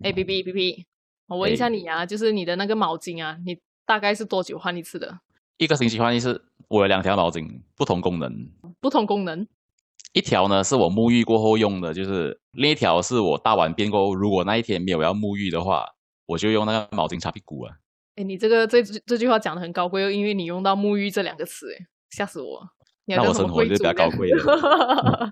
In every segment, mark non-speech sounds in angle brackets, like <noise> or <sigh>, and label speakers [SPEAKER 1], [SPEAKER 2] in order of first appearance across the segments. [SPEAKER 1] 哎，B B B B，我问一下你啊，就是你的那个毛巾啊，你大概是多久换一次的？
[SPEAKER 2] 一个星期换一次。我有两条毛巾，不同功能。
[SPEAKER 1] 不同功能
[SPEAKER 2] 一条呢是我沐浴过后用的，就是另一条是我大完便过后，如果那一天没有要沐浴的话，我就用那个毛巾擦屁股啊。
[SPEAKER 1] 哎，你这个这这句话讲的很高贵哦，因为你用到“沐浴”这两个词，哎，吓死我了！你还
[SPEAKER 2] 那
[SPEAKER 1] 跟
[SPEAKER 2] 我
[SPEAKER 1] 什么
[SPEAKER 2] 生活
[SPEAKER 1] 贵
[SPEAKER 2] 就比
[SPEAKER 1] 族
[SPEAKER 2] 较
[SPEAKER 1] 一样
[SPEAKER 2] 高贵了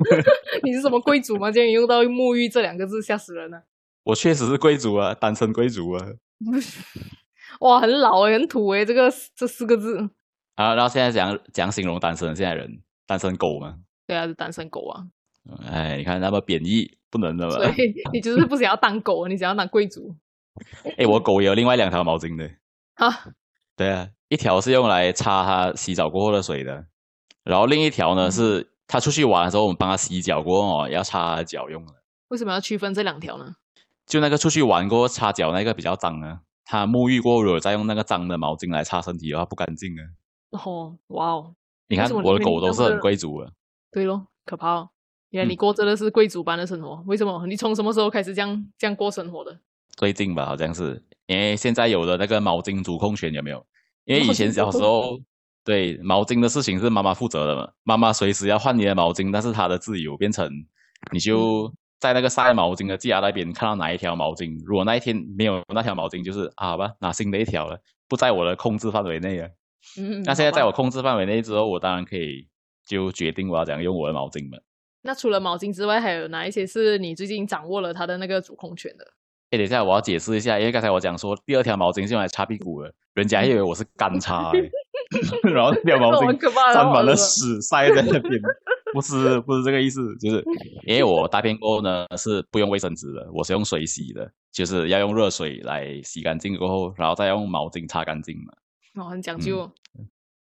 [SPEAKER 1] <laughs> 你是什么贵族吗？竟然用到“沐浴”这两个字，吓死人了！
[SPEAKER 2] 我确实是贵族啊，单身贵族啊。
[SPEAKER 1] 哇，很老哎，很土哎，这个这四个字。
[SPEAKER 2] 啊，然后现在讲讲形容单身，现在人单身狗嘛。
[SPEAKER 1] 对啊，是单身狗啊，
[SPEAKER 2] 哎，你看那么贬义，不能的嘛。
[SPEAKER 1] 所以你就是不想要当狗，啊你想要当贵族
[SPEAKER 2] 哎，我狗也有另外两条毛巾的。
[SPEAKER 1] 啊？
[SPEAKER 2] 对啊，一条是用来擦它洗澡过后的水的，然后另一条呢是它出去玩的时候，我们帮它洗脚过后哦，要擦它的脚用的。
[SPEAKER 1] 为什么要区分这两条呢？
[SPEAKER 2] 就那个出去玩过后擦脚那个比较脏啊，它沐浴过后如果再用那个脏的毛巾来擦身体的话，不干净啊。
[SPEAKER 1] 哦，哇哦，
[SPEAKER 2] 你看
[SPEAKER 1] 为什么
[SPEAKER 2] 我的
[SPEAKER 1] 你
[SPEAKER 2] 狗都是
[SPEAKER 1] 那
[SPEAKER 2] 很
[SPEAKER 1] 么
[SPEAKER 2] 贵族啊的，
[SPEAKER 1] 对咯，可怕哦！原来你
[SPEAKER 2] 嗯
[SPEAKER 1] 过真的是贵族般的生活，为什么？你从什么时候开始这样这样过生活的？
[SPEAKER 2] 最近吧好像是，因为现在有了那个毛巾主控权有没有？因为以前小时
[SPEAKER 1] 毛巾
[SPEAKER 2] 候对毛巾的事情是妈妈负责的嘛，妈妈随时要换你的毛巾，但是她的自由变成你
[SPEAKER 1] 嗯
[SPEAKER 2] 就在那个晒毛巾的架那边看到哪一条毛巾，如果那一天没有那条毛巾，就是啊好吧，拿新的一条了，不在我的控制范围内啊了。
[SPEAKER 1] 嗯，
[SPEAKER 2] 那现在
[SPEAKER 1] 好吧
[SPEAKER 2] 在我控制范围内之后，我当然可以就决定我要怎样用我的毛巾嘛。
[SPEAKER 1] 那除了毛巾之外，还有哪一些是你最近掌握了它的那个主控权
[SPEAKER 2] <laughs>
[SPEAKER 1] 的？
[SPEAKER 2] 哎，等一下，我要解释一下，因为刚才我讲说第二条毛巾是用来擦屁股的，人家以为我是干
[SPEAKER 1] <laughs>
[SPEAKER 2] 擦、欸，然后那条毛
[SPEAKER 1] 我
[SPEAKER 2] 巾
[SPEAKER 1] 很可怕哦的，
[SPEAKER 2] 沾满了
[SPEAKER 1] 我
[SPEAKER 2] 屎塞在那边，不是不是这个意思，就是因为我大便过后呢是不用卫生纸的，我是用水洗的，就是要用热水来洗干净过后，然后再用毛巾擦干净嘛。
[SPEAKER 1] 哦很讲究。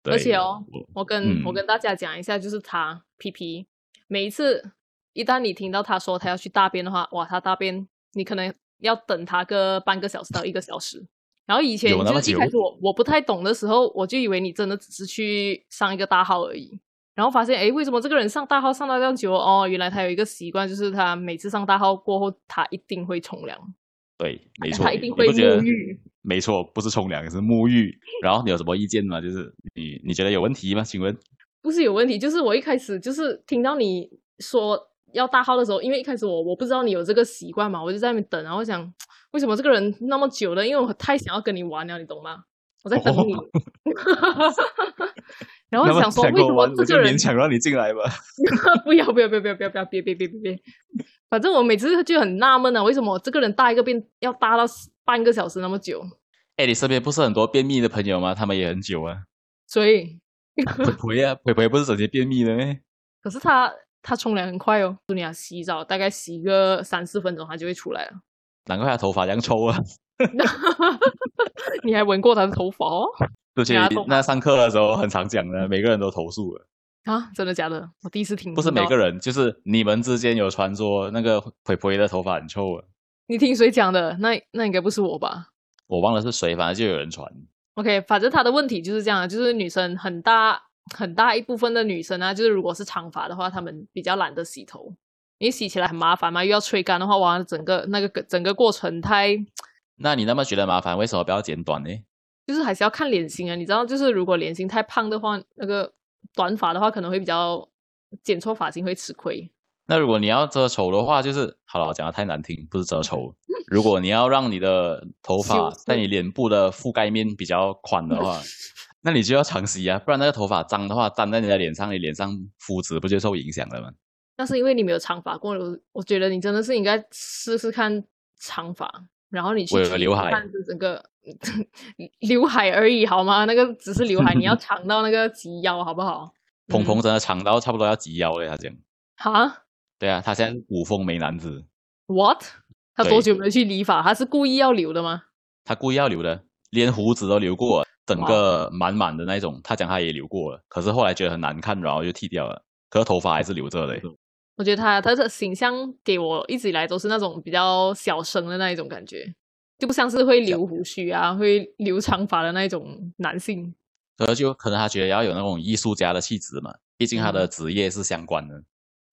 [SPEAKER 2] 对
[SPEAKER 1] 而且哦，
[SPEAKER 2] 我
[SPEAKER 1] 我跟、我
[SPEAKER 2] 嗯
[SPEAKER 1] 跟大家讲一下，就是他皮皮，每一次一旦你听到他说他要去大便的话，哇，他大便你可能要等他个半个小时到一个小时。然后以前
[SPEAKER 2] 有那
[SPEAKER 1] 就
[SPEAKER 2] 么
[SPEAKER 1] 是一开
[SPEAKER 2] 久
[SPEAKER 1] 始我我不太懂的时候，我就以为你真的只是去上一个大号而已。然后发现，诶，为什么这个人上大号上到这样久？哦，原来他有一个习惯，就是他每次上大号过后，他一定会冲凉，
[SPEAKER 2] 对，没错，
[SPEAKER 1] 他一定
[SPEAKER 2] 你
[SPEAKER 1] 会
[SPEAKER 2] 不觉得
[SPEAKER 1] 沐浴。
[SPEAKER 2] 没错，不是冲凉，是沐浴。然后你有什么意见吗？就是你你觉得有问题吗？请问？
[SPEAKER 1] 不是有问题，就是我一开始就是听到你说要大号的时候，因为一开始我我不知道你有这个习惯嘛，我就在那边等，然后我想为什么这个人那么久了，因为我太想要跟你玩了，你懂吗？我在等你， <laughs> 然后
[SPEAKER 2] 哦那么
[SPEAKER 1] 想说
[SPEAKER 2] 想
[SPEAKER 1] 为什
[SPEAKER 2] 跟我
[SPEAKER 1] 么
[SPEAKER 2] 玩，
[SPEAKER 1] 这
[SPEAKER 2] 我就
[SPEAKER 1] 个人
[SPEAKER 2] 勉强让你进来吧。
[SPEAKER 1] <laughs> 不要不要不要不要不要不要别别别别别！反正我每次就很纳闷啊，为什么这个人大一个便要大到半个小时那么久？
[SPEAKER 2] 哎，你身边不是很多便秘的朋友吗？他们也很久啊。
[SPEAKER 1] 所以
[SPEAKER 2] 培培啊，培培不是整天便秘的咩？
[SPEAKER 1] 可是他他冲凉很快哦，你要洗澡大概洗个三四分钟，他就会出来了。
[SPEAKER 2] 难怪他头发这样抽啊。
[SPEAKER 1] <laughs> 你还闻过他的头发哦？
[SPEAKER 2] 而且
[SPEAKER 1] 牙痛
[SPEAKER 2] 那上课的时候很常讲的，每个人都投诉了，
[SPEAKER 1] 啊，真的假的？我第一次听。
[SPEAKER 2] 不是每个
[SPEAKER 1] 人，
[SPEAKER 2] 人，就是你们之间有传说那个培培的头发很臭啊。
[SPEAKER 1] 你听谁讲的？那那应该不是我吧
[SPEAKER 2] 我忘了是谁，反正就有人传。
[SPEAKER 1] ？OK，反正他的问题就是这样啊，就是女生很大很大一部分的女生啊，就是如果是长发的话，她们比较懒得洗头，因为洗起来很麻烦嘛，又要吹干的话，哇，整个那个整个过程太
[SPEAKER 2] 那你那么觉得麻烦，为什么不要剪短呢？
[SPEAKER 1] 就是还是要看脸型啊，你知道，就是如果脸型太胖的话，那个短发的话可能会比较剪错发型会吃亏。
[SPEAKER 2] 那如果你要遮丑的话，就是好了，我讲的太难听，不是遮丑。如果你要让你的头发
[SPEAKER 1] 修饰
[SPEAKER 2] 在你脸部的覆盖面比较宽的话，那你就要常洗啊，不然那个头发脏的话，粘在你的脸上，你脸上肤质不就受影响了吗？
[SPEAKER 1] 那是因为你没有长发过，我我觉得你真的是应该试试看长发，然后你去
[SPEAKER 2] 我有
[SPEAKER 1] 体
[SPEAKER 2] 个刘
[SPEAKER 1] 验
[SPEAKER 2] 海
[SPEAKER 1] 看这整个 <laughs> 刘海而已，好吗？那个只是刘海，
[SPEAKER 2] <laughs>
[SPEAKER 1] 你要长到那个及腰，好不好？
[SPEAKER 2] 鹏鹏
[SPEAKER 1] 嗯
[SPEAKER 2] 真的长到差不多要及腰了，他讲。
[SPEAKER 1] 哈
[SPEAKER 2] 对啊，他现在是古风美男子，
[SPEAKER 1] ，what？他多
[SPEAKER 2] 对
[SPEAKER 1] 久没有去理发？他是故意要留的吗？
[SPEAKER 2] 他故意要留的，连胡子都留过，整个满满的那种。他讲他也留过了，可是后来觉得很难看，然后就剃掉了。可是头发还是留着的欸。
[SPEAKER 1] 我觉得他他的形象给我一直以来都是那种比较小生的那一种感觉，就不像是会留胡须啊、会留长发的那一种男性。
[SPEAKER 2] 所以就可能他觉得要有那种艺术家的气质嘛，毕竟他的
[SPEAKER 1] 嗯
[SPEAKER 2] 职业是相关的。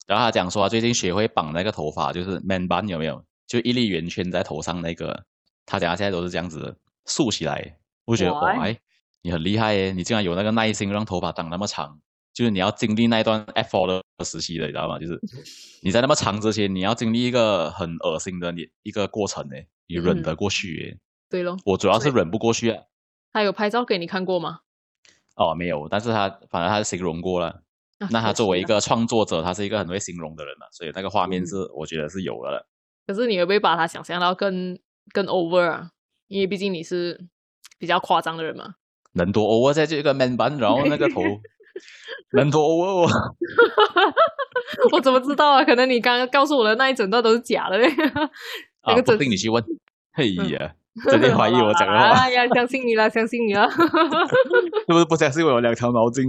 [SPEAKER 2] 然后他讲说，他最近学会绑那个头发，就是 man bun 有没有？就一粒圆圈在头上那个，他家现在都是这样子的竖起来，我觉得哇
[SPEAKER 1] 哦
[SPEAKER 3] 哇
[SPEAKER 2] 哎，你很厉害耶，你竟然有那个耐心让头发长那么长，就是你要经历那一段 effort 的时期的，你知道吗？就是你在那么长之前，你要经历一个很恶心的你一个过程诶，你忍得过去耶。
[SPEAKER 1] 对咯，
[SPEAKER 2] 我主要是
[SPEAKER 1] 嗯所以
[SPEAKER 2] 忍不过去啊，
[SPEAKER 1] 他有拍照给你看过吗？
[SPEAKER 2] 哦，没有，但是他反正他形容过了。
[SPEAKER 1] 啊
[SPEAKER 2] 那他
[SPEAKER 1] 也
[SPEAKER 2] 作为
[SPEAKER 1] 是
[SPEAKER 2] 一
[SPEAKER 1] 啦
[SPEAKER 2] 个创作者，他是一个很会形容的人嘛，啊所以那个画面
[SPEAKER 1] 嗯
[SPEAKER 2] 是、我觉得是有了的。
[SPEAKER 1] 可是你会不会把他想象到更更 over 啊？因为毕竟你是比较夸张的人嘛。 <laughs>
[SPEAKER 2] 能多 over 在这个 man 版，然后那个头能
[SPEAKER 1] <laughs>
[SPEAKER 2] 多 over 哦。
[SPEAKER 1] 我怎么知道啊？可能你刚刚告诉我的那一整段都是假的嘞。那
[SPEAKER 2] 啊，
[SPEAKER 1] 个
[SPEAKER 2] 不
[SPEAKER 1] 真嗯
[SPEAKER 2] 信
[SPEAKER 1] <laughs>
[SPEAKER 2] 你去问。嘿呀，真的怀疑我讲的话，
[SPEAKER 1] 哎呀，相信你啦，相信你啦。 <laughs>
[SPEAKER 2] 是不是不相信我有两条毛巾？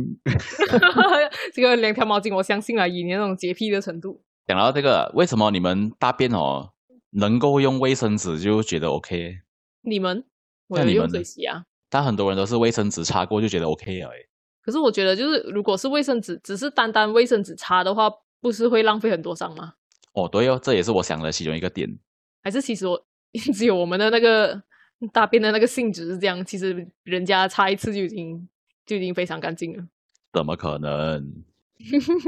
[SPEAKER 1] 这个两条毛巾，我相信了，以你那种洁癖的程度，
[SPEAKER 2] 讲到这个，为什么你们大便哦能够用卫生纸就觉得 OK？
[SPEAKER 1] 你们我
[SPEAKER 2] 那
[SPEAKER 1] 有
[SPEAKER 2] 你
[SPEAKER 1] 用
[SPEAKER 2] 们呢
[SPEAKER 1] 水洗啊。
[SPEAKER 2] 但很多人都是卫生纸擦过就觉得 OK 了诶。欸
[SPEAKER 1] 可是我觉得，就是如果是卫生纸，只是单单卫生纸擦的话，不是会浪费很多张吗？
[SPEAKER 2] 哦，对哦，这也是我想的其中一个点。
[SPEAKER 1] 还是其实我 <laughs> 只有我们的那个大便的那个性质是这样，其实人家擦一次就已经就已经非常干净了。
[SPEAKER 2] 怎么
[SPEAKER 1] <laughs>
[SPEAKER 2] 可能？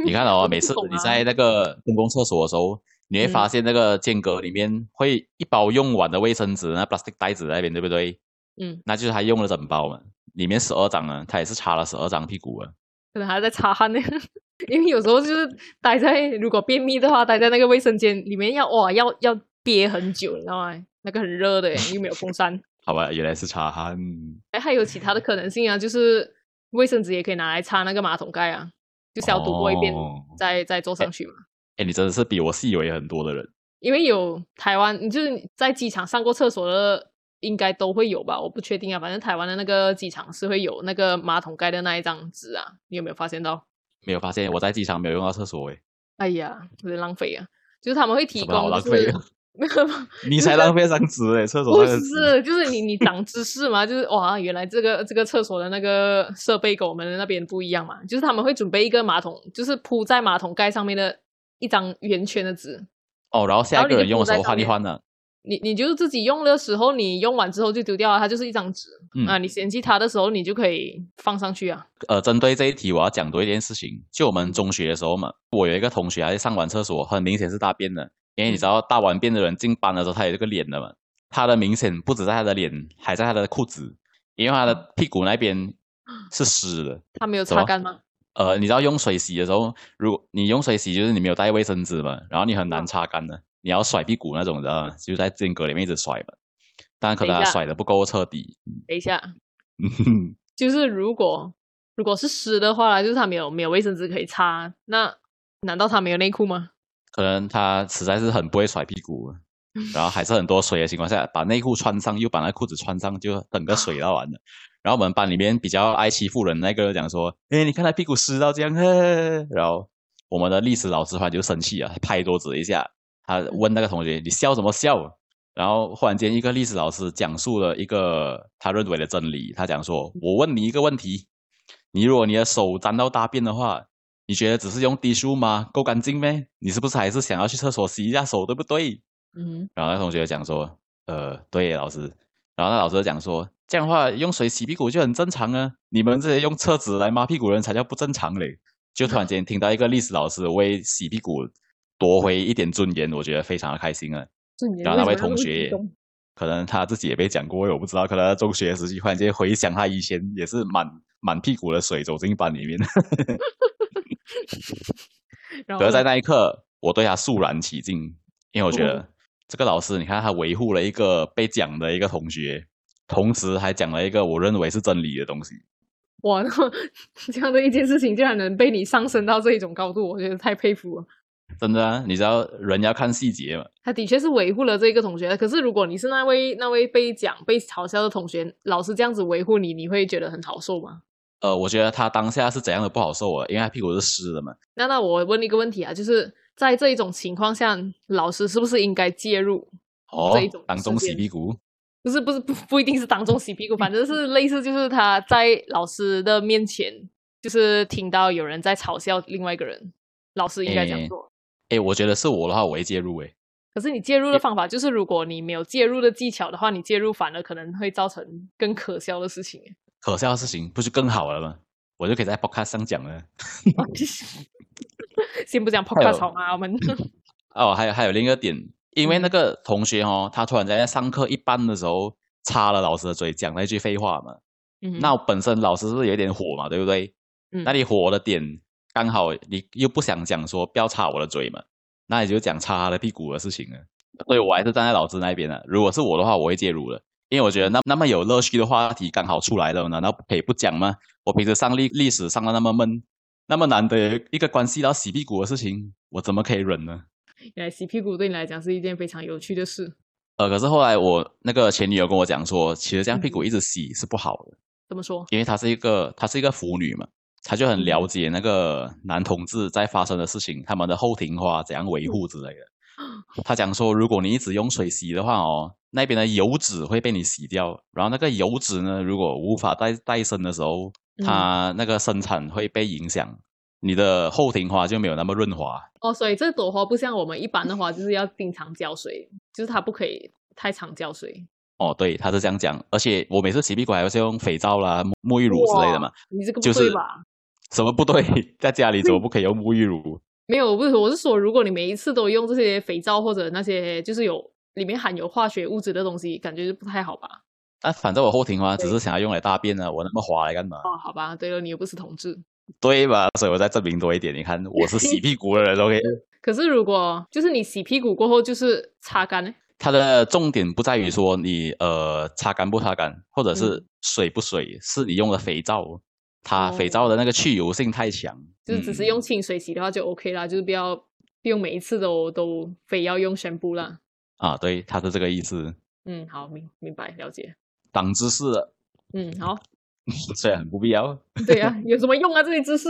[SPEAKER 2] 你看哦，每次
[SPEAKER 1] 懂
[SPEAKER 2] 你
[SPEAKER 1] 啊嗯
[SPEAKER 2] 在那个公共厕所的时候，你会发现那个间隔里面会一包用完的卫生纸，那 plastic 袋子在那边，对不对？
[SPEAKER 1] 嗯，
[SPEAKER 2] 那就是他用了整包嘛，里面十二张啊，他也是擦了十二张屁股啊。
[SPEAKER 1] 可能还在擦汗呢， <laughs> 因为有时候就是待在如果便秘的话，待在那个卫生间里面要哇要要憋很久，你知道吗？那个很热的耶，又没有风扇。 <laughs>
[SPEAKER 2] 好吧，原来是擦汗。
[SPEAKER 1] 哎，还有其他的可能性啊，就是卫生纸也可以拿来擦那个马桶盖啊，就消毒过一遍、
[SPEAKER 2] 哦
[SPEAKER 1] 再再坐上去嘛。
[SPEAKER 2] 哎，你真的是比我细微很多的人。
[SPEAKER 1] 因为有台湾，你就是在机场上过厕所的，应该都会有吧？我不确定啊，反正台湾的那个机场是会有那个马桶盖的那一张纸啊，你有没有发现到？
[SPEAKER 2] 没有发现我在机场没有用到厕所诶，
[SPEAKER 1] 哎呀，有点浪费啊！就是他们会提
[SPEAKER 2] 怎么好
[SPEAKER 1] 供、
[SPEAKER 2] 浪
[SPEAKER 1] 就是，
[SPEAKER 2] 费啊 <laughs>
[SPEAKER 1] 没有，
[SPEAKER 2] 你才浪费张纸诶，厕所
[SPEAKER 1] 不
[SPEAKER 2] 上的纸。
[SPEAKER 1] 是，就是你你长知识嘛，就是哇，原来这个这个厕所的那个设备跟我们那边不一样嘛，就是他们会准备一个马桶，就是铺在马桶盖上面的一张圆圈的纸，
[SPEAKER 2] 哦，然后下一
[SPEAKER 1] 然后你
[SPEAKER 2] 个
[SPEAKER 1] 就
[SPEAKER 2] 人用
[SPEAKER 1] 铺
[SPEAKER 2] 的
[SPEAKER 1] 在
[SPEAKER 2] 时候
[SPEAKER 1] 上
[SPEAKER 2] 换一
[SPEAKER 1] 面
[SPEAKER 2] 换啊呢。
[SPEAKER 1] 你你就是自己用的时候，你用完之后就丢掉啊，它就是一张纸、
[SPEAKER 2] 嗯
[SPEAKER 1] 啊，你嫌弃它的时候，你就可以放上去啊。
[SPEAKER 2] 呃，针对这一题，我要讲多一件事情。就我们中学的时候嘛，我有一个同学，他上完厕所，很明显是大便的，因
[SPEAKER 1] 嗯
[SPEAKER 2] 为你知道大完便的人进班的时候，他有这个脸的嘛，他的明显不止在他的脸，还在他的裤子，因为他
[SPEAKER 1] 嗯
[SPEAKER 2] 的屁股那边是湿的。
[SPEAKER 1] 它没有
[SPEAKER 2] 什么
[SPEAKER 1] 擦干吗？
[SPEAKER 2] 呃，你知道用水洗的时候，如果你用水洗，就是你没有带卫生纸嘛，然后你很难擦干的，你要甩屁股那种，你知道吗？就在间隔里面一直甩嘛，但可能
[SPEAKER 1] 等一
[SPEAKER 2] 他
[SPEAKER 1] 下
[SPEAKER 2] 甩的不够彻底。
[SPEAKER 1] 等一下，就是如果如果是湿的话，就是它没有没有卫生纸可以擦，那难道它没有内裤吗？
[SPEAKER 2] 可能他实在是很不会甩屁股，然后还是很多水的情况下，把内裤穿上又把那裤子穿上，就整个水到完了。然后我们班里面比较爱欺负人那个讲说：“哎，你看他屁股湿到这样。嘿”然后我们的历史老师突然就生气了，拍桌子一下，他问那个同学：“你笑什么笑？”然后忽然间，一个历史老师讲述了一个他认为的真理。他讲说：“我问你一个问题，你如果你的手沾到大便的话，你觉得只是用滴数吗？够干净咩？你是不是还是想要去厕所洗一下手，对不对？
[SPEAKER 1] 嗯，
[SPEAKER 2] 然后那同学就讲说，呃，对耶，老师。然后那老师就讲说，这样的话用水洗屁股就很正常啊，你们这些用厕纸来抹屁股的人才叫不正常嘞。就突然间听到一个历史老师为洗屁股夺回一点尊严，我觉得非常的开心啊。
[SPEAKER 1] 就你
[SPEAKER 2] 然后那位同学也可能他自己也被讲过，我不知道。可能他中学时期，忽然间回想他以前也是满满屁股的水走进班里面。
[SPEAKER 1] 然
[SPEAKER 2] 可
[SPEAKER 1] 后
[SPEAKER 2] 是在
[SPEAKER 1] 呢
[SPEAKER 2] 那一刻，我对他肃然起敬，因为我觉
[SPEAKER 1] 哦
[SPEAKER 2] 得这个老师，你看他维护了一个被讲的一个同学，同时还讲了一个我认为是真理的东西。
[SPEAKER 1] 哇，那 <laughs> 这样的一件事情竟然能被你上升到这一种高度，我觉得太佩服了。
[SPEAKER 2] 真的、啊，你知道人要看细节嘛？
[SPEAKER 1] 他的确是维护了这个同学，可是如果你是那位那位被讲被嘲笑的同学，老师这样子维护你，你会觉得很好受吗？
[SPEAKER 2] 呃，我觉得他当下是怎样的不好受啊，因为他屁股是湿的嘛。
[SPEAKER 1] 那那我问一个问题啊，就是在这一种情况下，老师是不是应该介入？
[SPEAKER 2] 哦
[SPEAKER 1] 这一种，
[SPEAKER 2] 当中
[SPEAKER 1] 事
[SPEAKER 2] 洗
[SPEAKER 1] 件
[SPEAKER 2] 屁股，
[SPEAKER 1] 不是不是不不一定是当众洗屁股，反正是类似就是他在老师的面前，就是听到有人在嘲笑另外一个人，老师应该这样
[SPEAKER 2] 诶
[SPEAKER 1] 做。
[SPEAKER 2] 诶，我觉得是我的话，我会介入诶。
[SPEAKER 1] 可是你介入的方法就是，如果你没有介入的技巧的话，你介入反而可能会造成更可笑的事情。 <laughs>
[SPEAKER 2] 可笑的事情不是更好了吗？我就可以在 podcast 上讲了。
[SPEAKER 1] 先
[SPEAKER 2] <laughs>
[SPEAKER 1] 不讲
[SPEAKER 2] 哎
[SPEAKER 1] podcast 好吗？我们 <laughs>
[SPEAKER 2] 哦，还有还有另一个点，因
[SPEAKER 1] 嗯
[SPEAKER 2] 为那个同学哦，他突然在上课一半的时候插了老师的嘴，讲了一句废话嘛。
[SPEAKER 1] 嗯
[SPEAKER 2] 那本身老师是有一点火嘛，对不对？
[SPEAKER 1] 嗯
[SPEAKER 2] 那你火的点刚好你又不想讲说不要插我的嘴嘛，那你就讲插他的屁股的事情了。所以我还是站在老师那边的。如果是我的话，我会介入了，因为我觉得那那么有乐趣的话题刚好出来了，难道可以不讲吗？我平时上历历史上的那么闷，那么难得一个关系到洗屁股的事情，我怎么可以忍呢？
[SPEAKER 1] 原来洗屁股对你来讲是一件非常有趣的事，
[SPEAKER 2] 呃，可是后来我那个前女友跟我讲说，其实这样屁股一直洗是不好的。
[SPEAKER 1] 怎么说？
[SPEAKER 2] 因为她是一个她是一个腐女嘛，她就很了解那个男同志在发生的事情，他们的后庭花怎样维护之类的。她讲说，如果你一直用水洗的话哦，那边的油脂会被你洗掉，然后那个油脂呢，如果无法再再生的时候，
[SPEAKER 1] 嗯
[SPEAKER 2] 它那个生产会被影响，你的后庭花就没有那么润滑。
[SPEAKER 1] 哦，所以这朵花不像我们一般的花，就是要经常浇水，就是它不可以太常浇水。
[SPEAKER 2] 哦，对，她是这样讲，而且我每次洗屁股还是用肥皂啦、沐沐浴乳之类的嘛，
[SPEAKER 1] 你这个不
[SPEAKER 2] 就是
[SPEAKER 1] 对吧？
[SPEAKER 2] 什么不对？ <laughs> 在家里怎么不可以用沐浴 <laughs> 乳？
[SPEAKER 1] 没有，不是，我是说，如果你每一次都用这些肥皂或者那些就是有里面含有化学物质的东西，感觉就不太好吧？
[SPEAKER 2] 但啊反正我后庭花只
[SPEAKER 1] 对
[SPEAKER 2] 是想要用来大便啊，我那么滑来干嘛？
[SPEAKER 1] 哦，好吧，对了，你又不是同志。
[SPEAKER 2] 对吧？所以我再证明多一点，你看我是洗屁股的
[SPEAKER 1] <laughs>
[SPEAKER 2] 人 <laughs>，OK？
[SPEAKER 1] 可是如果就是你洗屁股过后就是擦干呢，
[SPEAKER 2] 它的重点不在于说你呃擦干不擦干，或者是
[SPEAKER 1] 嗯
[SPEAKER 2] 水不水，是你用的肥皂，它肥
[SPEAKER 1] 哦
[SPEAKER 2] 皂的那个去油性太强，
[SPEAKER 1] 就是只是
[SPEAKER 2] 嗯
[SPEAKER 1] 用清水洗的话就 OK 啦，就是不要不用每一次都都非要用宣布啦。
[SPEAKER 2] 啊，对，它是这个意思，
[SPEAKER 1] 嗯，好，明明白了解。
[SPEAKER 2] 长知识了，
[SPEAKER 1] 嗯，好，
[SPEAKER 2] 啊 <laughs>
[SPEAKER 1] <laughs>
[SPEAKER 2] 虽然很不必要。
[SPEAKER 1] 对啊，有什么用啊？这些知识，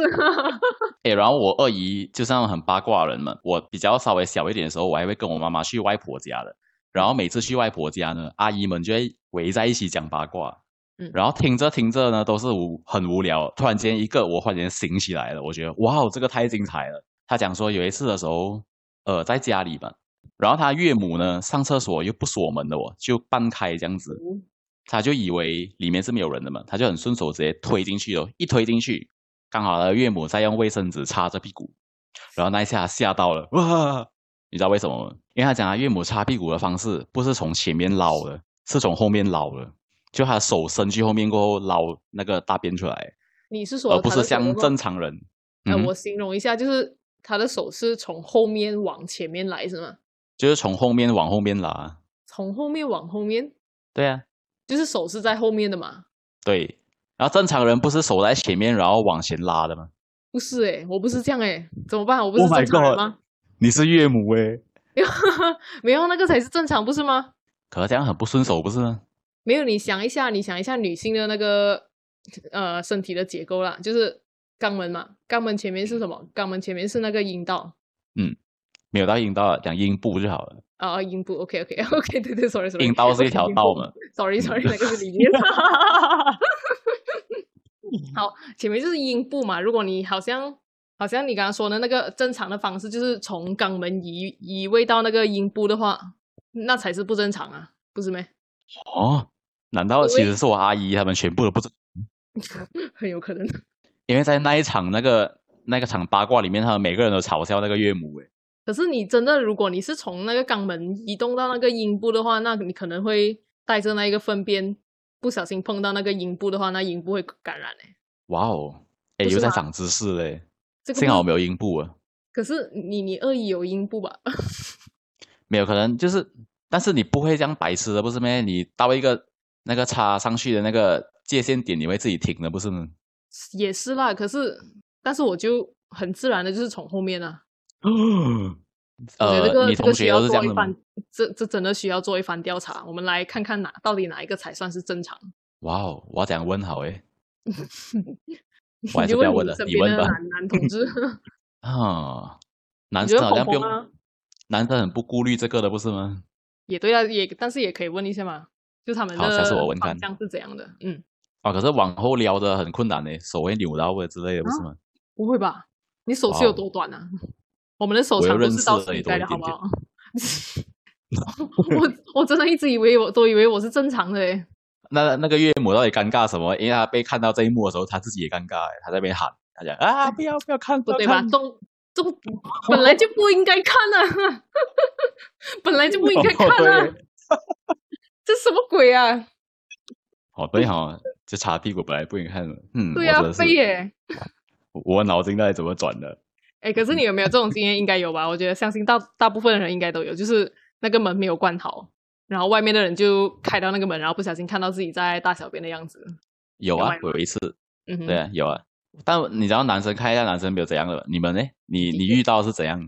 [SPEAKER 1] <laughs>
[SPEAKER 2] 诶，然后我二姨就是那种很八卦的人嘛，我比较稍微小一点的时候，我还会跟我妈妈去外婆家的。然后每次去外婆家呢，阿姨们就会围在一起讲八卦，
[SPEAKER 1] 嗯
[SPEAKER 2] 然后听着听着呢，都是无很无聊。突然间一个我忽然间醒起来了，我觉得哇哦，这个太精彩了。她讲说有一次的时候，呃，在家里嘛，然后她岳母呢上厕所又不锁门的哦，就半开这样子，他就以为里面是没有人的嘛，他就很顺手直接推进去哦，一推进去，刚好他的岳母在用卫生纸擦着屁股，然后那一下他吓到了，哇！你知道为什么吗？因为他讲他岳母擦屁股的方式不是从前面捞的，是从后面捞的，就他的手伸去后面过后捞那个大便出来，
[SPEAKER 1] 你是说
[SPEAKER 2] 而不
[SPEAKER 1] 他的
[SPEAKER 2] 是
[SPEAKER 1] 手有
[SPEAKER 2] 像
[SPEAKER 1] 没有
[SPEAKER 2] 正常人。
[SPEAKER 1] 呃，
[SPEAKER 2] 嗯哼
[SPEAKER 1] 我形容一下，就是他的手是从后面往前面来，是吗？
[SPEAKER 2] 就是从后面往后面拉。
[SPEAKER 1] 从后面往后面，
[SPEAKER 2] 对啊，
[SPEAKER 1] 就是手是在后面的嘛？
[SPEAKER 2] 对。然后正常人不是手在前面，然后往前拉的吗？
[SPEAKER 1] 不是诶、我不是这样诶、怎么办？我不是
[SPEAKER 2] Oh my
[SPEAKER 1] 正常人
[SPEAKER 2] God
[SPEAKER 1] 吗？
[SPEAKER 2] 你是岳母欸诶、
[SPEAKER 1] <laughs> 没有，那个才是正常，不是吗？
[SPEAKER 2] 可是这样很不顺手，不是吗？
[SPEAKER 1] 没有，你想一下，你想一下女性的那个呃身体的结构啦，就是肛门嘛，肛门前面是什么？肛门前面是那个阴道
[SPEAKER 2] 没有到阴道，讲阴部就好了。
[SPEAKER 1] 啊，阴部。OK OK OK，对对，sorry sorry，
[SPEAKER 2] 阴道是一条
[SPEAKER 1] <laughs>
[SPEAKER 2] 道
[SPEAKER 1] 嘛。
[SPEAKER 2] 嘛，
[SPEAKER 1] Sorry Sorry，那个是里面。 <laughs> 好，前面就是阴部嘛。如果你好像好像你刚刚说的那个正常的方式，就是从肛门移移位到那个阴部的话，那才是不正常啊，不是没？
[SPEAKER 2] 哦，难道
[SPEAKER 1] 对
[SPEAKER 2] 其实是我阿姨他们全部都不知？
[SPEAKER 1] <laughs> 很有可能。
[SPEAKER 2] 因为在那一场那个那个场八卦里面，他们每个人都嘲笑那个岳母，欸诶，
[SPEAKER 1] 可是你真的，如果你是从那个肛门移动到那个阴部的话，那你可能会带着那一个粪便，不小心碰到那个阴部的话，那阴部会感染诶、
[SPEAKER 2] 哇哦，诶，
[SPEAKER 1] 不是啊
[SPEAKER 2] 又在
[SPEAKER 1] 吗
[SPEAKER 2] 长知识嘞，
[SPEAKER 1] 这个
[SPEAKER 2] 幸好我
[SPEAKER 1] 不
[SPEAKER 2] 没有阴部啊，
[SPEAKER 1] 可是你你恶意有阴部吧？
[SPEAKER 2] 没有可能就是，但是你不会这样白痴的，不是咩？你到一个那个插上去的那个界限点，你会自己停的，不是吗？
[SPEAKER 1] 也是啦，可是但是我就很自然的就是从后面啊， <gasps> 我觉得这
[SPEAKER 2] 呃，
[SPEAKER 1] 个
[SPEAKER 2] 你
[SPEAKER 1] 这个
[SPEAKER 2] 同
[SPEAKER 1] 需
[SPEAKER 2] 学
[SPEAKER 1] 要
[SPEAKER 2] 都是这
[SPEAKER 1] 做
[SPEAKER 2] 样
[SPEAKER 1] 一
[SPEAKER 2] 的吗
[SPEAKER 1] 番？，这这真的需要做一番调查，我们来看看哪到底哪一个才算是正常。
[SPEAKER 2] 哇哦，我要讲问好诶，
[SPEAKER 1] 你
[SPEAKER 2] 我还是
[SPEAKER 1] 就
[SPEAKER 2] 不要
[SPEAKER 1] 问
[SPEAKER 2] 问
[SPEAKER 1] 你
[SPEAKER 2] 了
[SPEAKER 1] 身
[SPEAKER 2] 你
[SPEAKER 1] 边
[SPEAKER 2] 问
[SPEAKER 1] 的
[SPEAKER 2] 吧
[SPEAKER 1] 男男同
[SPEAKER 2] <laughs>
[SPEAKER 1] 志，
[SPEAKER 2] 啊，
[SPEAKER 1] 你
[SPEAKER 2] 男
[SPEAKER 1] 觉
[SPEAKER 2] 生
[SPEAKER 1] 得
[SPEAKER 2] 好像不
[SPEAKER 1] 鹏
[SPEAKER 2] 用
[SPEAKER 1] 鹏啊，
[SPEAKER 2] 男生很不顾虑这个的，不是吗？
[SPEAKER 1] 也对啊，也但是也可以问一下嘛，就他们
[SPEAKER 2] 好下次我
[SPEAKER 1] 的
[SPEAKER 2] 问
[SPEAKER 1] 方
[SPEAKER 2] 看
[SPEAKER 1] 向是怎样的？嗯，
[SPEAKER 2] 啊，可是往后撩的很困难呢，手会扭到的之类的，
[SPEAKER 1] 啊
[SPEAKER 2] 不是吗？
[SPEAKER 1] 不会吧？你手是有
[SPEAKER 2] 哇哦
[SPEAKER 1] 多短啊？我们的手
[SPEAKER 2] 我又
[SPEAKER 1] 长度
[SPEAKER 2] 认
[SPEAKER 1] 是
[SPEAKER 2] 识
[SPEAKER 1] 到
[SPEAKER 2] 了
[SPEAKER 1] 膝
[SPEAKER 2] 也
[SPEAKER 1] 盖的好
[SPEAKER 2] 多一点
[SPEAKER 1] 不
[SPEAKER 2] 点
[SPEAKER 1] 好？ <laughs> 我我真的一直以为我都以为我是正常的欸诶，
[SPEAKER 2] 那那个岳母到底尴尬什么？因为她被看到这一幕的时候，她自己也尴尬，欸她在那边喊，她讲啊，不要不要看，
[SPEAKER 1] 不
[SPEAKER 2] 不要
[SPEAKER 1] 哦对吧？
[SPEAKER 2] 看
[SPEAKER 1] 中中本来就不应该看啊， <laughs> 本来就不应该看啊，这什么鬼啊？
[SPEAKER 2] 哦对哦，就擦屁股本来不应该看的，嗯，
[SPEAKER 1] 对
[SPEAKER 2] 我
[SPEAKER 1] 啊
[SPEAKER 2] 真，的是
[SPEAKER 1] 废耶！
[SPEAKER 2] 我脑筋到底怎么转的？
[SPEAKER 1] 哎，可是你有没有这种经验？应该有吧？我觉得相信大大部分人应该都有，就是那个门没有关好，然后外面的人就开到那个门，然后不小心看到自己在大小便的样子。
[SPEAKER 2] 有
[SPEAKER 1] 有
[SPEAKER 2] 啊
[SPEAKER 1] 啊，
[SPEAKER 2] 我有一次，
[SPEAKER 1] 嗯哼，
[SPEAKER 2] 对啊，有啊。但你知道男生看一下男生没有怎样的吧，你们呢？你你遇到是怎样？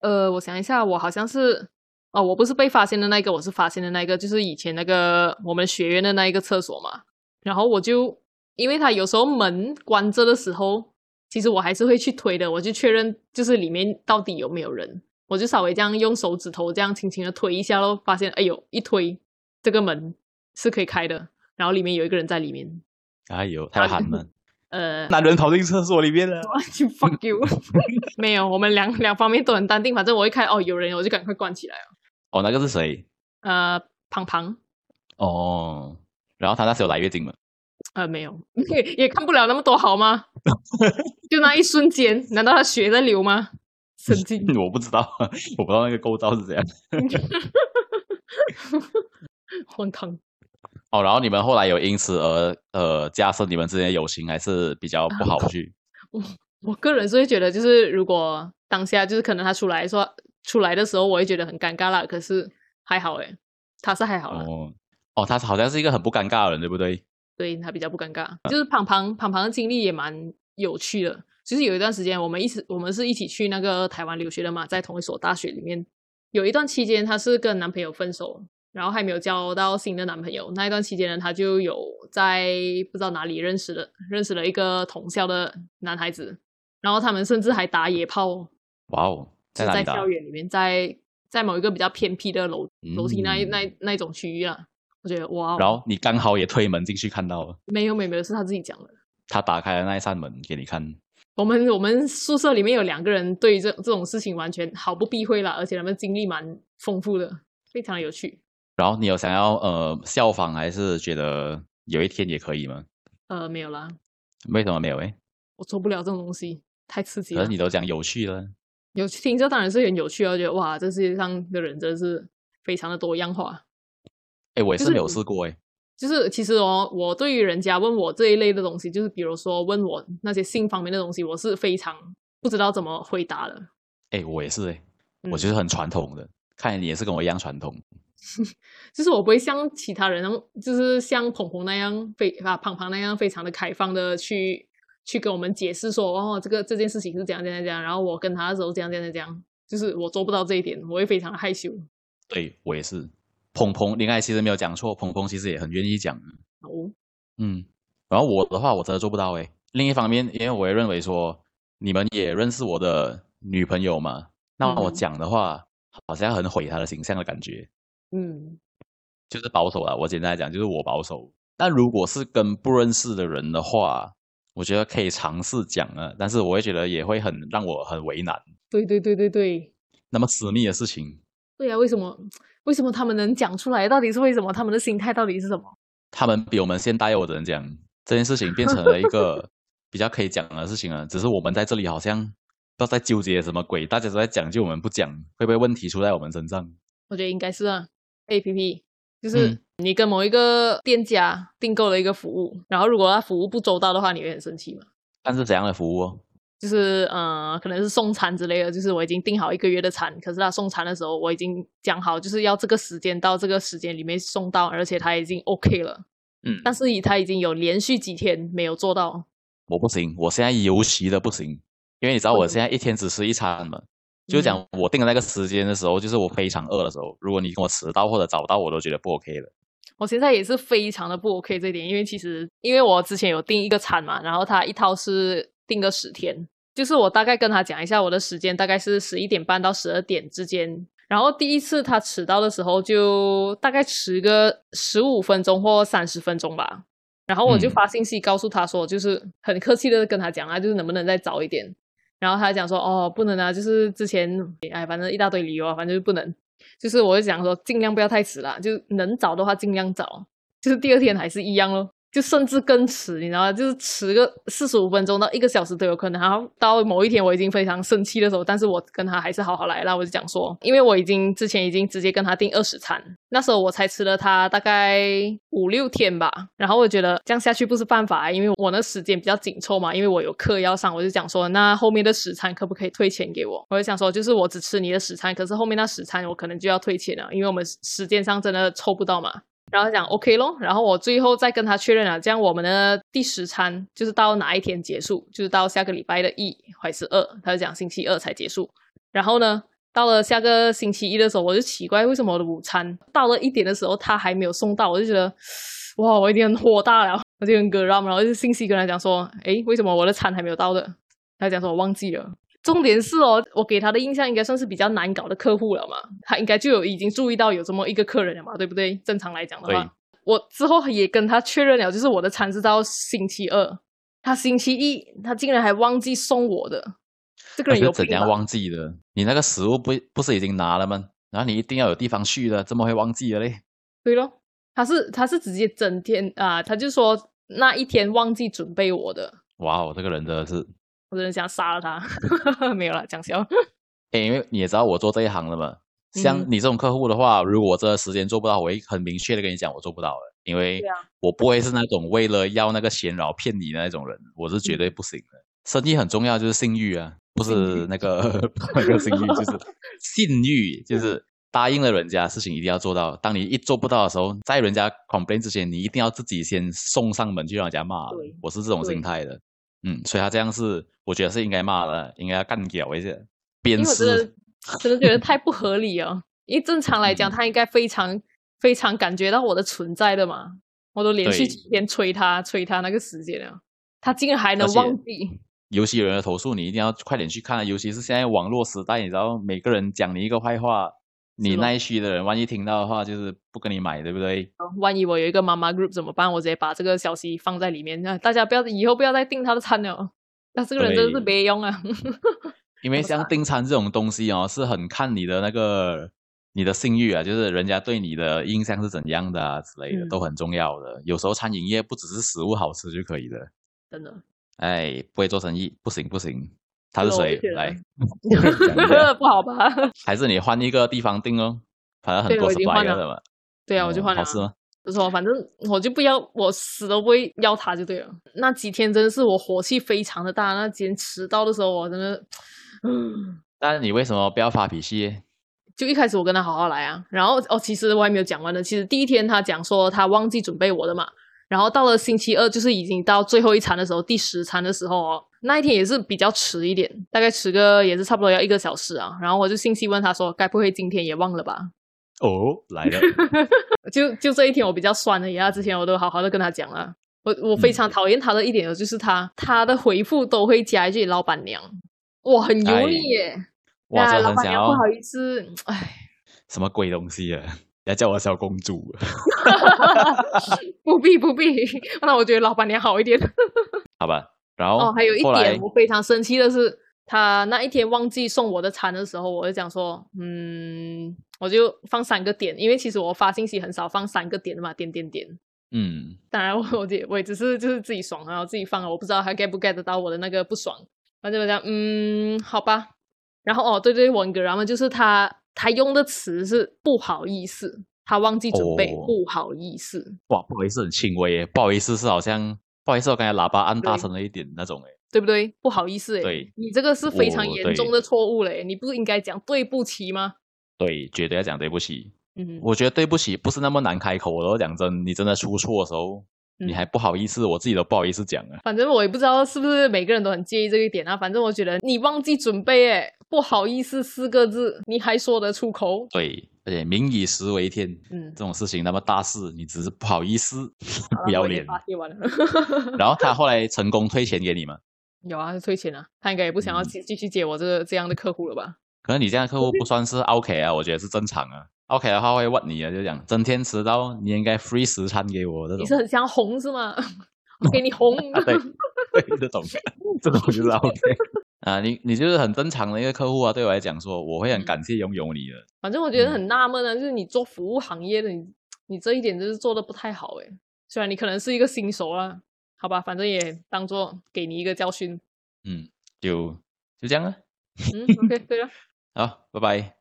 [SPEAKER 1] 呃，我想一下，我好像是哦，我不是被发现的那一个，我是发现的那一个，就是以前那个我们学院的那一个厕所嘛。然后我就因为他有时候门关着的时候，其实我还是会去推的，我就确认就是里面到底有没有人，我就稍微这样用手指头这样轻轻的推一下咯，发现哎呦一推这个门是可以开的，然后里面有一个人在里面，
[SPEAKER 2] 哎呦，他要喊门，
[SPEAKER 1] 呃， <laughs>
[SPEAKER 2] 男人跑进厕所里面了。
[SPEAKER 1] 去 fuck you，没有，我们两两方面都很淡定，反正我一看哦有人，我就赶快关起来了，
[SPEAKER 2] 哦，那个是谁？
[SPEAKER 1] 呃，庞庞。
[SPEAKER 2] 哦，然后他那时候来月经嘛，
[SPEAKER 1] 呃，没有， <laughs> 也也看不了那么多，好吗？就那一瞬间，难道他血在流吗？神经
[SPEAKER 2] <laughs> 我不知道， <laughs> 我不知道那个构造是怎样。
[SPEAKER 1] 荒唐。
[SPEAKER 2] 哦，然后你们后来有因此而呃加深你们之间的友情，还是比较不好去？
[SPEAKER 1] 我个人是会觉得，就是如果当下就是可能他出来说出来的时候，我会觉得很尴尬啦。可是还好诶，他是还好啦，
[SPEAKER 2] 哦哦，他好像是一个很不尴尬的人，对不对？
[SPEAKER 1] 对他比较不尴尬。
[SPEAKER 2] 嗯
[SPEAKER 1] 就是庞庞庞庞的经历也蛮有趣的。就是有一段时间，我们一起我们是一起去那个台湾留学的嘛，在同一所大学里面。有一段期间，她是跟男朋友分手，然后还没有交到新的男朋友。那一段期间呢，她就有在不知道哪里认识的，认识了一个同校的男孩子，然后他们甚至还打野炮，
[SPEAKER 2] 哇哦，
[SPEAKER 1] 就
[SPEAKER 2] 在哪
[SPEAKER 1] 在
[SPEAKER 2] 里打
[SPEAKER 1] 校？园里面，在在某一个比较偏僻的楼楼梯那一那一那一种区域啊。我觉得哇哦，
[SPEAKER 2] 嗯然后你刚好也推门进去看到了，
[SPEAKER 1] 没有没有没有，是他自己讲的。
[SPEAKER 2] 他打开了那一扇门给你看。
[SPEAKER 1] 我们我们宿舍里面有两个人对于这这种事情完全毫不避讳啦，而且他们经历蛮丰富的，非常有趣。
[SPEAKER 2] 然后你有想要呃效仿，还是觉得有一天也可以吗？
[SPEAKER 1] 呃，没有啦，
[SPEAKER 2] 为什么没有？诶，
[SPEAKER 1] 我做不了这种东西，太刺激
[SPEAKER 2] 可
[SPEAKER 1] 了
[SPEAKER 2] 是。你都讲有趣了，
[SPEAKER 1] 有听这当然是很有趣啊，我觉得哇，这世界上的人真的是非常的多样化。
[SPEAKER 2] 诶，我也
[SPEAKER 1] 就是
[SPEAKER 2] 没有
[SPEAKER 1] 你
[SPEAKER 2] 试过诶。
[SPEAKER 1] 就是其实哦，我对于人家问我这一类的东西，就是比如说问我那些性方面的东西，我是非常不知道怎么回答的。
[SPEAKER 2] 诶，哎我也是诶，我
[SPEAKER 1] 嗯
[SPEAKER 2] 就是很传统的，看来你也是跟我一样传统。
[SPEAKER 1] 就是我不会像其他人那么，就是像鹏鹏那样非啊胖胖那样非常的开放的去去跟我们解释说，哦，这个这件事情是怎样怎样怎样，然后我跟他的时候怎样怎样怎样，就是我做不到这一点，我会非常的害羞。
[SPEAKER 2] 对我也是。鹏鹏，你刚才其实没有讲错，鹏鹏其实也很愿意讲的。
[SPEAKER 1] 哦，
[SPEAKER 2] 嗯，然后我的话，我真的做不到诶。另一方面，因为我也认为说，你们也认识我的女朋友嘛，那
[SPEAKER 1] 嗯
[SPEAKER 2] 我
[SPEAKER 1] 哼
[SPEAKER 2] 讲的话，好像很毁她的形象的感觉。
[SPEAKER 1] 嗯，
[SPEAKER 2] 就是保守啊，我简单来讲就是我保守。但如果是跟不认识的人的话，我觉得可以尝试讲啊，但是我会觉得也会很让我很为难。
[SPEAKER 1] 对对对对对，
[SPEAKER 2] 那么私密的事情，
[SPEAKER 1] 对啊，为什么为什么他们能讲出来？到底是为什么？他们的心态到底是什么？
[SPEAKER 2] 他们比我们现代，我只能讲这件事情变成了一个比较可以讲的事情了。只是我们在这里好像不知道在纠结什么鬼，大家都在讲，就我们不讲，会不会问题出在我们身上？
[SPEAKER 1] 我觉得应该是啊，A P P 就是
[SPEAKER 2] 嗯
[SPEAKER 1] 你跟某一个店家订购了一个服务，然后如果他服务不周到的话，你会很生气吗？
[SPEAKER 2] 但是怎样的服务哦？
[SPEAKER 1] 就是呃，可能是送餐之类的，就是我已经订好一个月的餐，可是他送餐的时候，我已经讲好就是要这个时间到这个时间里面送到，而且他已经 OK 了，
[SPEAKER 2] 嗯，
[SPEAKER 1] 但是他已经有连续几天没有做到，
[SPEAKER 2] 我不行，我现在尤其的不行，因为你知
[SPEAKER 1] 嗯
[SPEAKER 2] 道我现在一天只吃一餐嘛，就是讲我定的那个时间的时候，就是我非常饿的时候，如果你跟我迟到或者早到，我都觉得不 OK 了。
[SPEAKER 1] 我现在也是非常的不 OK 这一点，因为其实因为我之前有订一个餐嘛，然后他一套是订个十天，就是我大概跟他讲一下我的时间大概是十一点半到十二点之间。然后第一次他迟到的时候，就大概迟个十五分钟或三十分钟吧。然后我就
[SPEAKER 2] 嗯
[SPEAKER 1] 发信息告诉他说，就是很客气的跟他讲啊，就是能不能再早一点。然后他讲说，哦，不能啊，就是之前哎，反正一大堆理由啊，反正就不能。就是我就想说，尽量不要太迟啦，就能早的话尽量早，就是第二天还是一样咯，就甚至更迟，你知道吗？就是迟个四十五分钟到一个小时都有可能。然后到某一天我已经非常生气的时候，但是我跟他还是好好来啦，我就讲说，因为我已经之前已经直接跟他订二十餐，那时候我才吃了他大概五六天吧，然后我觉得这样下去不是办法啊，因为我那时间比较紧凑嘛，因为我有课要上，我就讲说，那后面的十餐可不可以退钱给我？我就想说，就是我只吃你的十餐，可是后面那十餐我可能就要退钱了，因为我们时间上真的凑不到嘛。然后讲 OK 咯，然后我最后再跟他确认了，这样我们的第十餐就是到哪一天结束，就是到下个礼拜的一还是二，他就讲星期二才结束。然后呢，到了下个星期一的时候，我就奇怪为什么我的午餐到了一点的时候他还没有送到，我就觉得哇，我一定很火大了，我就很葛让，然后就信息跟他讲说，诶，为什么我的餐还没有到的？他讲说我忘记了。重点是哦，我给他的印象应该算是比较难搞的客户了嘛，他应该就有已经注意到有这么一个客人了嘛，对不对？正常来讲的
[SPEAKER 2] 对
[SPEAKER 1] 话，我之后也跟他确认了，就是我的餐是到星期二，他星期一他竟然还忘记送我的，这个
[SPEAKER 2] 那
[SPEAKER 1] 人
[SPEAKER 2] 是
[SPEAKER 1] 有
[SPEAKER 2] 怎
[SPEAKER 1] 病
[SPEAKER 2] 样
[SPEAKER 1] 吧？
[SPEAKER 2] 忘记的？你那个食物不不是已经拿了吗？然后你一定要有地方去的，怎么会忘记了嘞？
[SPEAKER 1] 对咯，他是他是直接整天啊、他就说那一天忘记准备我的，
[SPEAKER 2] 哇哦，这个人真的是，
[SPEAKER 1] 我真的想杀了他， <laughs> 没有啦，讲笑。
[SPEAKER 2] 哎，因为你也知道我做这一行的嘛。像
[SPEAKER 1] 嗯
[SPEAKER 2] 你这种客户的话，如果我这时间做不到，我会很明确的跟你讲，我做不到的，因为
[SPEAKER 1] 对啊
[SPEAKER 2] 我不会是那种为了要那个闲扰骗你的那种人，我是绝对不行的。生意很重要，就是信誉啊，
[SPEAKER 1] 嗯
[SPEAKER 2] 不
[SPEAKER 1] 信
[SPEAKER 2] 是那个 <laughs> 那个信誉，就是信
[SPEAKER 1] 嗯
[SPEAKER 2] 誉，就是答应了人家事情一定要做到。当你一做不到的时候，在人家 complain 之前，你一定要自己先送上门去让人家骂的
[SPEAKER 1] 对。
[SPEAKER 2] 我是这种
[SPEAKER 1] 对
[SPEAKER 2] 心态的，嗯，所以他这样是，我觉得是应该骂的，应该要干掉一下，鞭
[SPEAKER 1] 因为我真的
[SPEAKER 2] 尸。
[SPEAKER 1] 真的觉得太不合理了。因为正常来讲，
[SPEAKER 2] 嗯
[SPEAKER 1] 他应该非常非常感觉到我的存在的嘛。我都连续
[SPEAKER 2] 对
[SPEAKER 1] 几天催他，催他那个时间了，他竟然还能
[SPEAKER 2] 而且
[SPEAKER 1] 忘记。
[SPEAKER 2] 尤其有人的投诉，你一定要快点去看，尤其是现在网络时代，你知道每个人讲你一个坏话，你
[SPEAKER 1] 咯
[SPEAKER 2] 那一区的人万一听到的话，就是不跟你买，对不对？
[SPEAKER 1] 哦万一我有一个妈妈 group 怎么办？我直接把这个消息放在里面，那大家不要以后不要再订他的餐了。那这个人真的是
[SPEAKER 2] 对
[SPEAKER 1] 没用啊！ <laughs>
[SPEAKER 2] 因为
[SPEAKER 1] 怎么啊
[SPEAKER 2] 像
[SPEAKER 1] 办
[SPEAKER 2] 订餐这种东西哦，是很看你的那个你的信誉啊，就是人家对你的印象是怎样的啊之类的，
[SPEAKER 1] 嗯
[SPEAKER 2] 都很重要的。有时候餐饮业不只是食物好吃就可以的，
[SPEAKER 1] 真
[SPEAKER 2] <laughs>
[SPEAKER 1] 的，
[SPEAKER 2] 哎，不会做生意不行不行。他
[SPEAKER 1] 这
[SPEAKER 2] 是
[SPEAKER 1] 个我
[SPEAKER 2] 谁
[SPEAKER 1] 就觉？得
[SPEAKER 2] 来，讲一
[SPEAKER 1] <laughs>
[SPEAKER 2] 下
[SPEAKER 1] 不好吧？
[SPEAKER 2] 还是你换一个地方订哦？反正很
[SPEAKER 1] 对
[SPEAKER 2] 多
[SPEAKER 1] 我已
[SPEAKER 2] 是
[SPEAKER 1] 经
[SPEAKER 2] 白
[SPEAKER 1] 换
[SPEAKER 2] 的
[SPEAKER 1] 了
[SPEAKER 2] 了嘛。
[SPEAKER 1] 对啊，我就
[SPEAKER 2] 嗯
[SPEAKER 1] 换了
[SPEAKER 2] 好
[SPEAKER 1] 啊。
[SPEAKER 2] 吃吗？
[SPEAKER 1] 不错，反正我就不要，我死都不会要他就对了。那几天真的是我火气非常的大，那几天迟到的时候，我真的，嗯，
[SPEAKER 2] 但你为什么不要发脾气？
[SPEAKER 1] 就一开始我跟他好好来啊，然后哦，其实我还没有讲完呢。其实第一天他讲说他忘记准备我的嘛，然后到了星期二，就是已经到最后一餐的时候，第十餐的时候哦，那一天也是比较迟一点，大概迟个也是差不多要一个小时啊。然后我就信息问他说，该不会今天也忘了吧？
[SPEAKER 2] 哦，来
[SPEAKER 1] <laughs>
[SPEAKER 2] 了，
[SPEAKER 1] 就就这一天我比较酸了一下，之前我都好好的跟他讲了。我我
[SPEAKER 2] 嗯
[SPEAKER 1] 非常讨厌他的一点哦就是他他的回复都会加一句“老板娘”，哇，很油腻
[SPEAKER 2] 哎
[SPEAKER 1] 耶。
[SPEAKER 2] 哇，
[SPEAKER 1] 那
[SPEAKER 2] 这
[SPEAKER 1] 老
[SPEAKER 2] 很
[SPEAKER 1] 板
[SPEAKER 2] 想
[SPEAKER 1] 娘
[SPEAKER 2] 要
[SPEAKER 1] 不好意思，哎，
[SPEAKER 2] 什么鬼东西啊？ <laughs> 人家叫我小公主， <laughs>
[SPEAKER 1] 不必不必。那我觉得老板娘好一点。
[SPEAKER 2] 好吧？然后
[SPEAKER 1] 哦，还有一
[SPEAKER 2] 后来
[SPEAKER 1] 点我非常生气的是，他那一天忘记送我的餐的时候，我就讲说，嗯，我就放三个点，因为其实我发信息很少放三个点的嘛，点点点。
[SPEAKER 2] 嗯，
[SPEAKER 1] 当然我我也我也只是就是自己爽，然后自己放了，啊我不知道他 get 不 get 得到我的那个不爽。然后就讲嗯，好吧。然后哦，对对，文哥，然后就是他他用的词是不好意思，他忘记准备、
[SPEAKER 2] 哦
[SPEAKER 1] 不好意思，
[SPEAKER 2] 哇，不好意思，很轻微耶，不好意思，是好像不好意思，我刚才喇叭按大
[SPEAKER 1] 对
[SPEAKER 2] 声了一点那种哎，
[SPEAKER 1] 对不对？不好意思、欸，
[SPEAKER 2] 对，
[SPEAKER 1] 你这个是非常
[SPEAKER 2] 哦
[SPEAKER 1] 严
[SPEAKER 2] 对
[SPEAKER 1] 重的错误嘞，你不应该讲对不起吗？
[SPEAKER 2] 对，绝对要讲对不起。
[SPEAKER 1] 嗯，
[SPEAKER 2] 我觉得对不起不是那么难开口的哦，讲真，你真的出错的时候，
[SPEAKER 1] 嗯
[SPEAKER 2] 你还不好意思，我自己都不好意思讲啊。
[SPEAKER 1] 反正我也不知道是不是每个人都很介意这一点啊。反正我觉得你忘记准备、欸，不好意思四个字，你还说得出口？
[SPEAKER 2] 对，而且民以食为天，
[SPEAKER 1] 嗯
[SPEAKER 2] 这，种事情那么大事，你只是不好意思， <laughs>
[SPEAKER 1] 好啦
[SPEAKER 2] 不要
[SPEAKER 1] 啊我已经
[SPEAKER 2] 脸。
[SPEAKER 1] 发泄完了。 <laughs>
[SPEAKER 2] 然后他后来成功退钱给你吗？
[SPEAKER 1] 有啊，退钱啊，他应该也不想要
[SPEAKER 2] 嗯
[SPEAKER 1] 继继续接我这个这样的客户了吧？
[SPEAKER 2] 可能你这样的客户不算是 OK 啊，我觉得是正常啊。OK 的话会问你啊，就讲整天迟到，你应该 free 时餐给我这
[SPEAKER 1] 你
[SPEAKER 2] 种啊
[SPEAKER 1] 是很想
[SPEAKER 2] <laughs>
[SPEAKER 1] 红是吗？我给你红，
[SPEAKER 2] 啊，对对，这种这种就是 OK。 <laughs> 啊，你你就是很正常的一个客户啊。对我来讲说，我会很感谢拥有你的。
[SPEAKER 1] <laughs> 反正我觉得
[SPEAKER 2] 嗯
[SPEAKER 1] 很纳闷啊，就是你做服务行业的，你你这一点就是做的不太好诶。虽然你可能是一个新手啦，好吧，反正也当做给你一个教训。
[SPEAKER 2] 嗯，就就这样啊。啊
[SPEAKER 1] 嗯，OK，对了。
[SPEAKER 2] 好，拜拜。